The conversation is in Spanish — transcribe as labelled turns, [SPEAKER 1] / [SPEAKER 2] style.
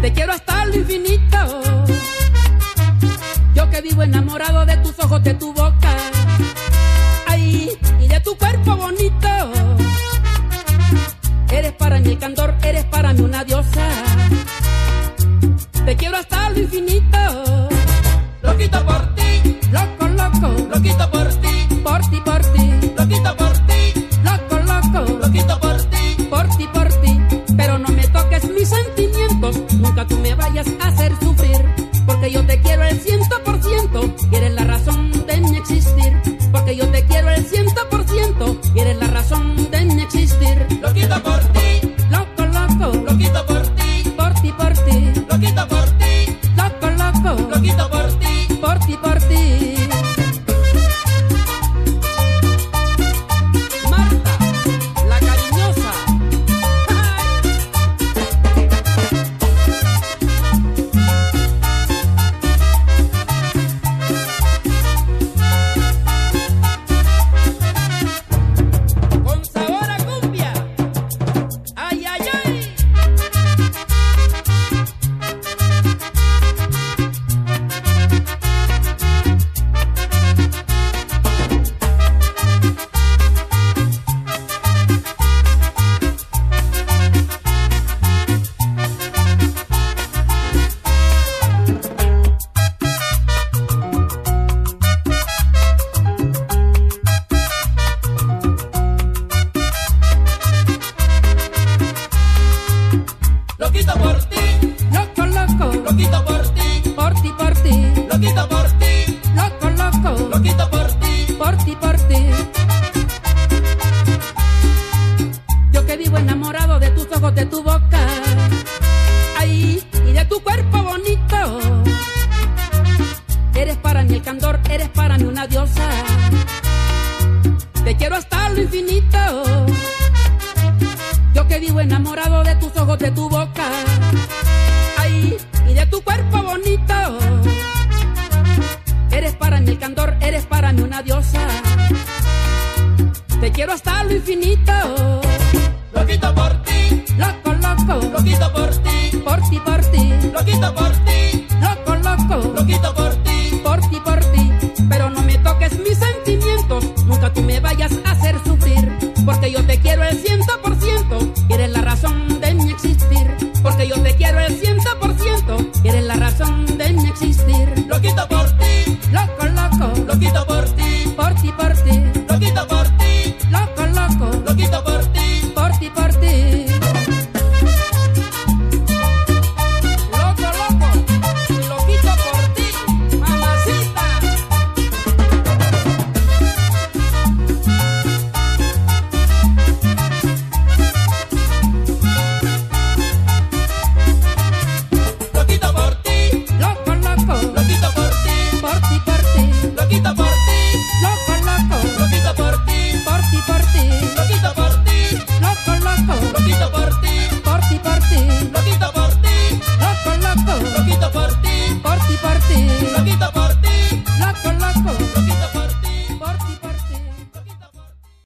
[SPEAKER 1] Te quiero hasta lo infinito. Yo que vivo enamorado de tus ojos, de tu boca. Ay, y de tu cuerpo bonito. Eres para mí el candor, eres para mí una diosa. Te quiero hasta lo infinito.
[SPEAKER 2] Loquito por ti,
[SPEAKER 1] Loco, loco.
[SPEAKER 2] loquito por ti,
[SPEAKER 1] Por ti, por ti.
[SPEAKER 2] loquito por ti,
[SPEAKER 1] Loco, loco.
[SPEAKER 2] loquito por ti.
[SPEAKER 1] Por ti, por ti. Pero no me toques mis sentimientos. Nunca tú me vayas a hacer sufrir. Porque yo te quiero el ciento por ciento. Y eres la razón de mi existir. Porque yo te quiero el ciento por ciento. Y eres la razón de mi existir.
[SPEAKER 2] Loquito por ti,
[SPEAKER 1] Loco, loco.
[SPEAKER 2] loquito por ti,
[SPEAKER 1] Por ti, por ti.
[SPEAKER 2] loquito por ti,
[SPEAKER 1] Loco, loco.
[SPEAKER 2] loquito por ti.
[SPEAKER 1] Por ti, por ti. Marta, la cariñosa. Con sabor a cumbia. Ay, ay, ay.
[SPEAKER 2] Loquito por ti,
[SPEAKER 1] Loco, loco.
[SPEAKER 2] loquito por ti,
[SPEAKER 1] Por ti, por ti.
[SPEAKER 2] loquito por ti,
[SPEAKER 1] Loco, loco,
[SPEAKER 2] loquito por ti.
[SPEAKER 1] por ti, por ti. Yo que vivo enamorado de tus ojos, de tu boca, ay, y de tu cuerpo bonito. Eres para mí el candor, eres para mí una diosa. Te quiero hasta lo infinito. Yo que vivo enamorado de tus ojos, de tu boca, ay, y de tu cuerpo bonito. Eres para mí el candor, eres para mí una diosa. Te quiero hasta lo infinito.
[SPEAKER 2] Loquito por ti,
[SPEAKER 1] Loco, loco,
[SPEAKER 2] loquito por ti,
[SPEAKER 1] por ti, por ti.
[SPEAKER 2] loquito por